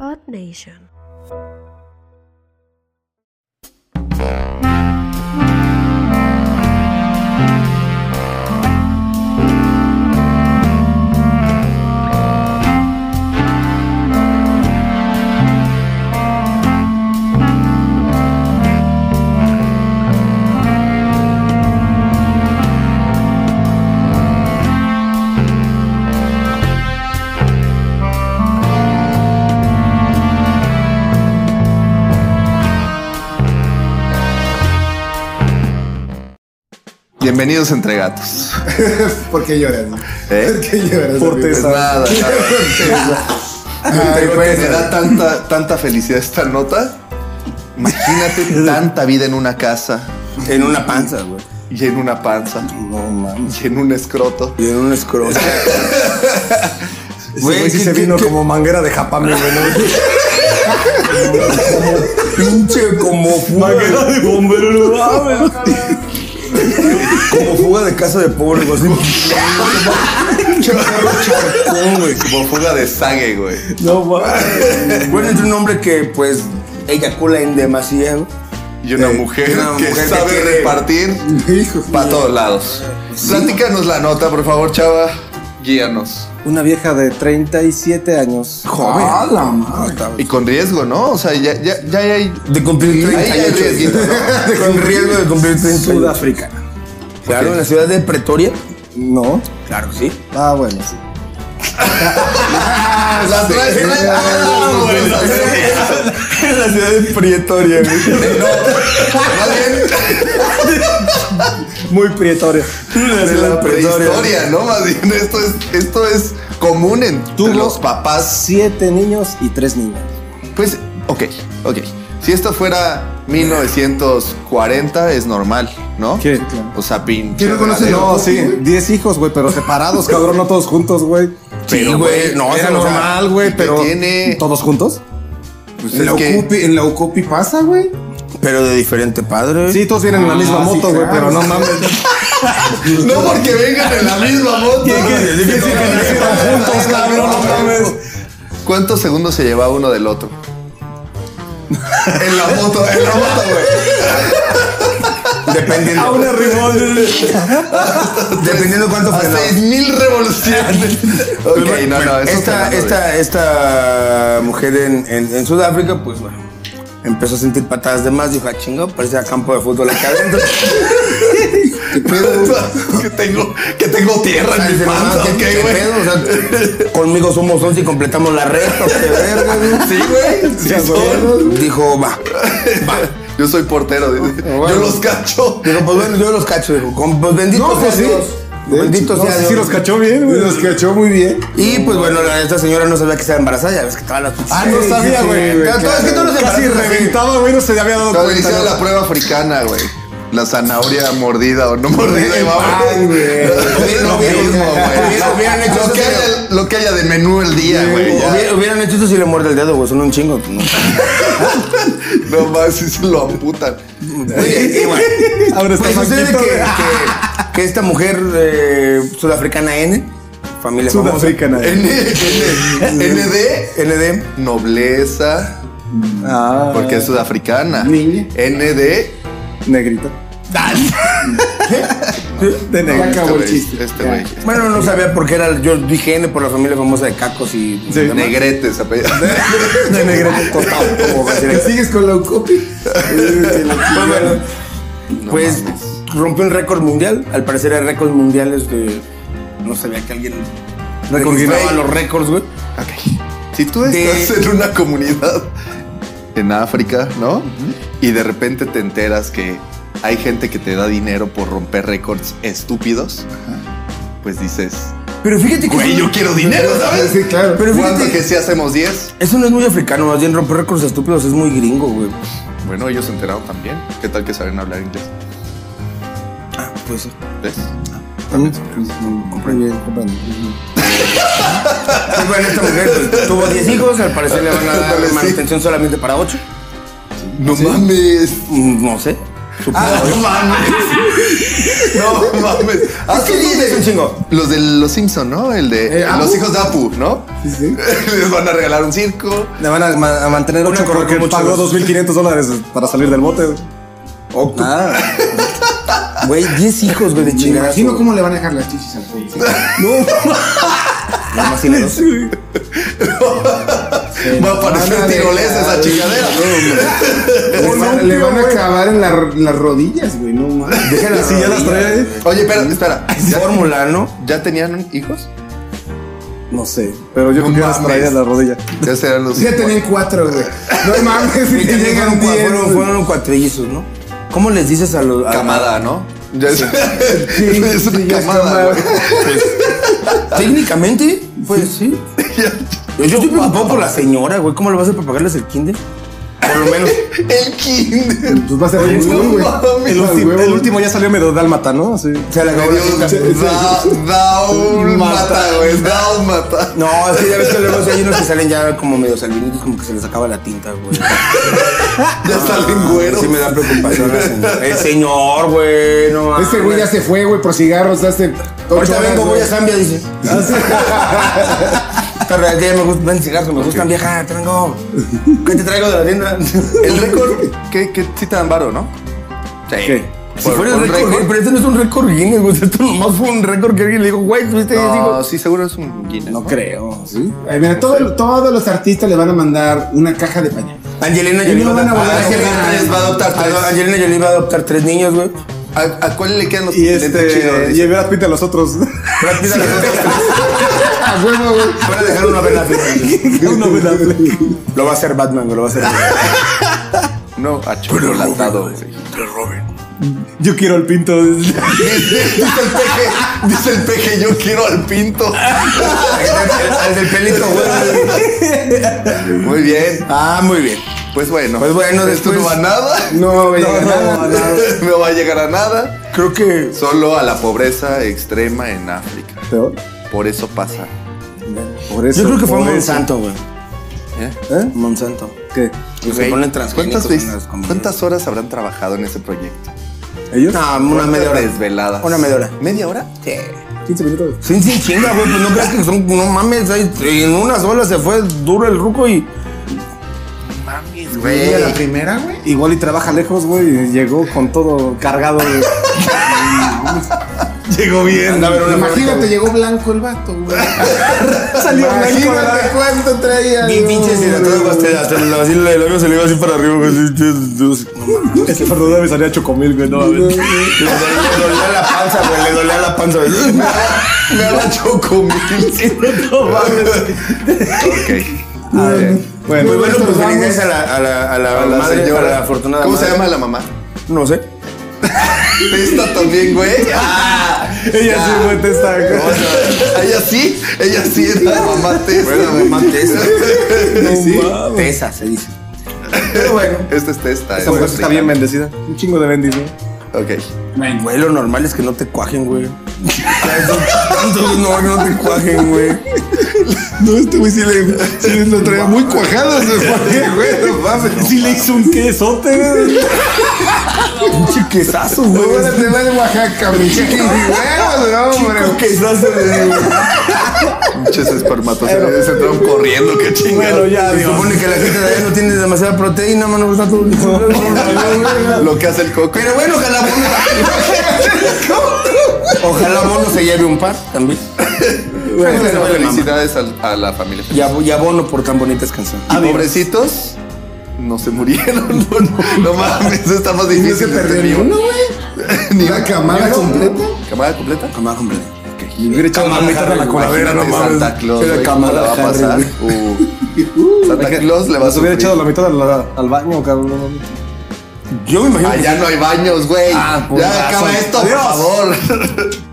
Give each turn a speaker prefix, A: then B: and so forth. A: Earth Nation.
B: Bienvenidos a entre gatos.
C: ¿Por qué lloras?
B: ¿Eh?
C: ¿Por qué lloras?
D: Por
C: amigo?
D: te-
B: Pues nada, nada.
C: Ay,
B: Te
C: ¿por
B: puede
C: qué
B: generar tanta, tanta felicidad esta nota. Imagínate tanta vida en una casa
D: En una panza, güey.
B: y en una panza
D: No mames.
B: y en un escroto.
D: Y en un escroto.
C: Ese güey sí se vino como manguera de Japami, güey. ¿no?
D: pinche como fuga. de bombero, no mames. Como fuga de casa de pobre, güey. así.
B: Pum, güey, Como fuga de sangre, güey.
D: No mames. Bueno, es un hombre que, pues, eyacula en demasía, güey.
B: Y una
D: Eh,
B: mujer
D: y una
B: que
D: mujer que
B: sabe
D: quiere-
B: repartir
C: Hijo.
B: para todos lados. Platícanos la nota, por favor, chava. Guíanos.
E: Una vieja de 37 años.
D: Joven.
C: Ah, la madre.
D: No, está-
B: Y con riesgo, ¿no? O sea, ya, ya, ya hay.
D: De cumplir
B: Ahí ya hay
D: 38.
B: riesguito, ¿no?
D: De Con riesgo de cumplir 38.
E: Sudáfrica.
D: Claro, en la ciudad de Pretoria.
E: No.
D: Claro que sí.
E: Ah, bueno, sí.
B: La traes, traes- Ah, güey, la traes.
D: En la ciudad de Pretoria, güey.
B: Eh, Más bien,
E: Muy prietorio.
B: de la
D: prehistoria.
B: prehistoria, ¿no? Más bien, esto es, esto es común en
E: Tuvo-
B: los papás.
E: Siete niños y tres niñas.
B: Pues, ok, ok. Si esto fuera 1940, es normal, ¿no?
E: Sí, claro.
B: O sea, pinche.
C: ¿Quién no conoce?
B: verdadero.
E: No, sí. Diez hijos, güey, pero separados, cabrón, no todos juntos, güey.
D: Sí, güey. No,
E: Era
D: o sea,
E: normal, güey,
B: que
E: pero.
B: tiene-
E: ¿Todos juntos?
B: Pues
C: En
B: es
C: la
B: que-
C: Ocupi- En la Ocupi pasa, güey.
D: Pero de diferente padre.
E: Sí, todos vienen en la misma
C: Ah, sí,
E: moto, güey,
C: claro.
E: pero no mames.
B: No porque vengan en la misma moto.
E: juntos, cabrón, no mames.
B: ¿Cuántos segundos se llevaba uno del otro? en la moto, en la moto, güey.
D: Dependiendo. Dependiendo cuánto
B: A
D: frenaba.
B: 6000 revoluciones. ok, no, no, eso frenando,
D: esta,
B: güey.
D: esta, esta mujer en, en- en Sudáfrica, pues bueno, empezó a sentir patadas de más. Dijo, ah, chingo, parece a campo de fútbol acá adentro. ¿Qué pedo?
B: que tengo que tengo tierra en mi
D: Dice,
B: panza,
D: "No, ¿qué-
B: ok,
D: qué
B: güey.
D: pedo? O sea, conmigo somos 11 y completamos la red. qué verga, güey.
B: Sí, güey. sí son.
D: Dijo, va.
B: Yo soy portero, dice. Yo los cacho.
D: Dijo, pues bueno, yo los cacho. Dijo, con- pues bendito
C: No,
D: sea
C: pues sí.
D: Dios.
C: De
D: Bendito
C: hecho,
D: sea
C: no,
D: Dios.
E: Sí, los cachó bien, güey.
C: Los cachó muy bien.
D: Y pues bueno, la, esta señora no sabía que estaba embarazada, ya ves que estaba la
E: Ah, no sabía, güey.
D: Claro, es que todos los
E: Casi
D: embarazos así.
E: reventaba, güey, no se le había dado
B: Cuando
E: cuenta.
B: hicieron
E: ¿no?
B: la prueba africana, güey. La zanahoria mordida o no mordida. y va,
C: Ay, güey.
B: Es lo
D: Lo
B: mismo,
D: hubieran- hubieran
B: güey.
D: hecho
B: Lo
D: eso,
B: que haya- Lo que haya de menú el día, güey. ya.
D: Hubiera- Hubieran hecho esto si le muerde el dedo, güey, son un chingo. ¿no?
B: No más, si se lo amputan.
D: Oye, y bueno,
E: Ahora está
D: pues sucede que,
E: manquito, güey.
D: que- que esta mujer eh, sudafricana N, familia famosa,
E: Sudafricana.
B: N, N, ND,
D: ND,
B: nobleza,
E: Ah,
B: porque es sudafricana.
C: Niña.
B: ND,
E: negrito. De
C: Ya
E: negro.
C: acabó el
B: güey,
C: chiste.
B: Este güey.
D: bueno, no sabía por qué era, yo dije N por la familia famosa de Cacos y...
E: Sí.
D: y demás.
B: Negretes, apellido.
E: De negrito total.
D: Como va a ser
C: ¿Te
D: aquí.
C: sigues con la Ocupi? Eh, la
D: Pues, bueno,
C: chingada.
D: pues rompió un récord mundial. Al parecer hay récords mundiales de. No sabía que alguien registraba
B: Guinness.
D: los récords, güey.
B: Si tú
D: De-
B: estás en una comunidad en África, ¿no? Y de repente te enteras que hay gente que te da dinero por romper récords estúpidos, pues dices,
D: Pero fíjate que.
B: güey,
D: eso-
B: yo quiero dinero, ¿sabes?
C: Sí, claro.
D: Pero
B: ¿Cuánto
D: fíjate
B: que si hacemos 10?
D: Eso no es muy africano, más bien romper récords estúpidos es muy gringo, güey.
B: Bueno, ellos se enteraron también. ¿Qué tal que saben hablar inglés?
D: Pues sí.
B: ¿Ves?
E: Muy bien, comprendo.
D: Pues bueno, esta mujer pues, tuvo 10 hijos, al parecer le van a dar
B: Pues sí.
D: manutención solamente para 8.
B: No mames.
D: No sé.
B: Ah, no mames. No mames. Ah, sí,
D: Es un chingo.
B: Los de los Simpson, ¿no? El de
E: Eh, Apu.
B: los hijos de Apu, ¿no?
E: Sí, sí.
B: Les van a regalar un circo.
E: Le van a, ma- a mantener
D: Una
E: ocho
D: corona
E: porque
D: con muchos
E: pagó
D: dos.
E: 2.500 dólares para salir del bote. güey.
D: Ah. Güey, 10 hijos, güey, de
A: Me
D: chingada.
A: imagino cómo le van a dejar las chichis al güey.
D: Nada más y menos.
B: Va a parecer
A: Van a
B: tirolesa esa
A: regalar-
B: chingadera.
A: Le van- Le van a acabar en la- las rodillas, güey. No mames.
D: Déjala
E: Sí, ya las traía ahí.
B: Oye, espera, espera. ¿Ya,
D: Fórmula, ¿no?
B: ya tenían hijos?
E: No sé, pero yo
B: No
E: creo que las
B: mames.
E: traía en la rodilla.
B: Ya serán los
A: Ya tenían cuatro, güey. No mames,
D: Y
A: ya
D: también
A: llegan
D: fueron, cua-
A: diez.
D: fueron,
A: güey.
D: fueron cuatrillizos, ¿no? ¿Cómo les dices a los. a-
B: camada, ¿no? Ya es,
A: Sí,
B: es una
A: sí, ya es
B: camada,
A: camada.
B: güey.
D: Técnicamente, pues sí. Yo, yo estoy preocupado por la señora, güey. ¿Cómo le vas a hacer para pagarles el kinder? Por lo menos.
B: El kinder.
A: Pues va a ser
B: Oye,
A: muy
B: no
A: bueno, güey.
B: mames.
E: El,
A: Al
E: ulti-
A: huevo.
E: el último ya salió medio dálmata, ¿no? Así.
D: Se le acabó la
B: Dios,
D: azúcar.
B: da, da un mata, güey. Da un mata.
D: No, es que ya ves que luego sí hay unos que salen ya como medio salvinitos, como que se les acaba la tinta, güey.
B: Ya salen
D: Pero
B: güeros.
D: sí me da preocupación la señora. El señor, güey, no mames.
E: Este
A: Ese güey ya se fue, güey, por cigarros hace ocho
D: Ahorita
A: horas,
D: vengo, voy
A: güey.
D: a Zambia, dice. Pero aquí me gustan, ven cigarros, me gustan vieja, te vengo. ¿Qué te traigo de la tienda?
B: El récord, que, que sí te dan varo, ¿no? Sí.
D: Si
B: Por-
D: fuera el
B: por
D: récord, güey, pero este no es un récord Guinness, güey. Esto nomás fue un récord que alguien le dijo, güey, tuviste diez
B: No,
D: hijos.
B: sí, seguro es un Guinness.
E: No creo, ¿sí?
A: Ay, mira, todo- todos los artistas le van a mandar una caja de pañales.
D: Angelina
A: Y
D: Jolie
A: no
D: va a
A: van a volver
D: adoptar-
A: a
D: Angelina
A: jugar.
D: Jolie va a adoptar tres. Angelina Jolie va a adoptar tres niños, güey.
B: ¿A, a cuál le quedan los
E: Y
B: lentes
E: este.
B: chidos?
E: Y Brad Pitt a los otros.
D: Brad Pitt a los otros tres.
A: A huevo, güey.
D: Van a dejar una vela fija.
E: Uno de la-
D: Lo va a hacer Batman, güey, lo va a hacer.
B: No, a chocolatado, güey.
E: Yo quiero el pinto.
B: Dice el peje, dice el peje, yo quiero al pinto.
D: Al del pelito, güey.
B: Muy bien.
D: Ah, muy bien.
B: Pues bueno.
D: Pues bueno,
B: esto
D: después-
B: no va a nada.
A: No, güey.
D: No,
A: nada.
D: no, no.
B: No va a llegar a nada.
D: Creo que
B: Solo a la pobreza extrema en África.
E: Peor.
B: Por eso pasa.
E: Por eso.
D: Yo creo que fue
E: por eso.
D: Monsanto, güey.
B: ¿eh?
E: ¿Eh?
D: Monsanto.
E: ¿Qué?
D: Los
B: Güey,
D: que Pues ponen transgénicos
B: ¿Cuántas,
D: en
B: veces-
D: las comidas.
B: ¿Cuántas horas habrán trabajado en ese proyecto?
E: ¿Ellos?
D: No, una media hora.
B: Desveladas.
D: Una media hora.
B: ¿Media hora?
D: Sí.
E: 15 minutos.
D: Sin, sin chinga, güey. Pues no creas que son. No mames. ahí- en una sola se fue duro el ruco y.
B: Mames,
A: ¿Y a la primera, güey?
E: Igual y trabaja lejos, güey. y Llegó con todo cargado. güey.
B: Llegó bien.
D: Anda a ver una
A: Imagínate, llegó blanco el vato, güey.
E: Salió blanco,
A: Imagínate cuánto traía.
D: Bien
A: no,
D: pinches y de
A: güey.
D: todo hasta, hasta el, así, el labio se le iba así para arriba, güey. así, No mames.
E: Es que Fernando me salía chocomil, güey. No, a ver.
D: Le dolía le dolía la panza, güey. Le dolía la panza. güey.
B: Me da chocomil. No mames. Ok. A ver.
E: Bueno,
D: Muy bueno,
A: Pues
D: pues
A: vamos.
D: felicidades a la, a la, a la,
B: A la
D: madre,
B: señora.
D: a la afortunada
B: ¿Cómo se
D: madre.
B: llama la mamá?
D: No sé.
B: Esta también, güey. Ah,
E: ella sí fue testa. güey.
B: ella sí, ella sí es la mamá Tessa.
D: Bueno,
B: güey.
D: mamá Tesa.
E: Sí.
D: Tesa se dice. Pero bueno.
B: Esta es Testa.
E: Esa
B: es
E: mujer está bien
B: africana.
E: bendecida. Un chingo de bendición.
B: Ok.
D: Güey, lo normal es que no te cuajen, güey. Eso tanto es normal que no te cuajen, güey.
E: No, este güey sí le, lo traía muy cuajado.
D: Güey, no mames.
E: Sí le hizo un quesote, güey.
D: Pinche quesazo,
A: Muy
D: güey.
A: buena tema de Oaxaca, mi chiqui. Huevos, no, hombre.
D: quesazo, güey.
B: Muchos espermatozoides entraron corriendo, qué
E: Bueno,
B: chingado.
E: ya,
D: Se
E: Dios.
D: supone que la gente de allá no tiene demasiada proteína, mano. Está todo.
B: Lo que hace el coco.
D: Pero bueno, ojalá mono. Ojalá mono se lleve un par también.
B: Bueno,
D: se vale, mamá.
B: felicidades al- a, la familia.
D: Y a- y a Bono por tan bonitas canciones.
E: Ah,
B: Y pobrecitos, no se murieron. No, no, no mames, está más
A: ¿Y
B: difícil.
A: no se
B: este
A: perdió ni
B: mío.
A: uno, güey?
B: Ni
A: ¿Una
B: uno,
A: camada
B: ni uno.
A: completa?
B: ¿Camada completa?
D: Camada completa.
E: Y hubiera echado la mitad de la coladera, no
B: Imagínate
E: mames.
B: Santa Claus,
E: Era
B: güey, ¿cómo
E: Kamala
B: la va a
E: Harris,
B: pasar?
E: güey.
B: Uh, Santa Claus le va a
E: Las hubiera
B: sufrir.
E: echado la mitad al, al baño, cabrón. no mames.
D: Yo me imagino. que
B: Allá Ah, no hay baños, güey.
D: Ah, por
B: ya
D: razón.
B: acaba esto,
E: Adiós.
B: por favor.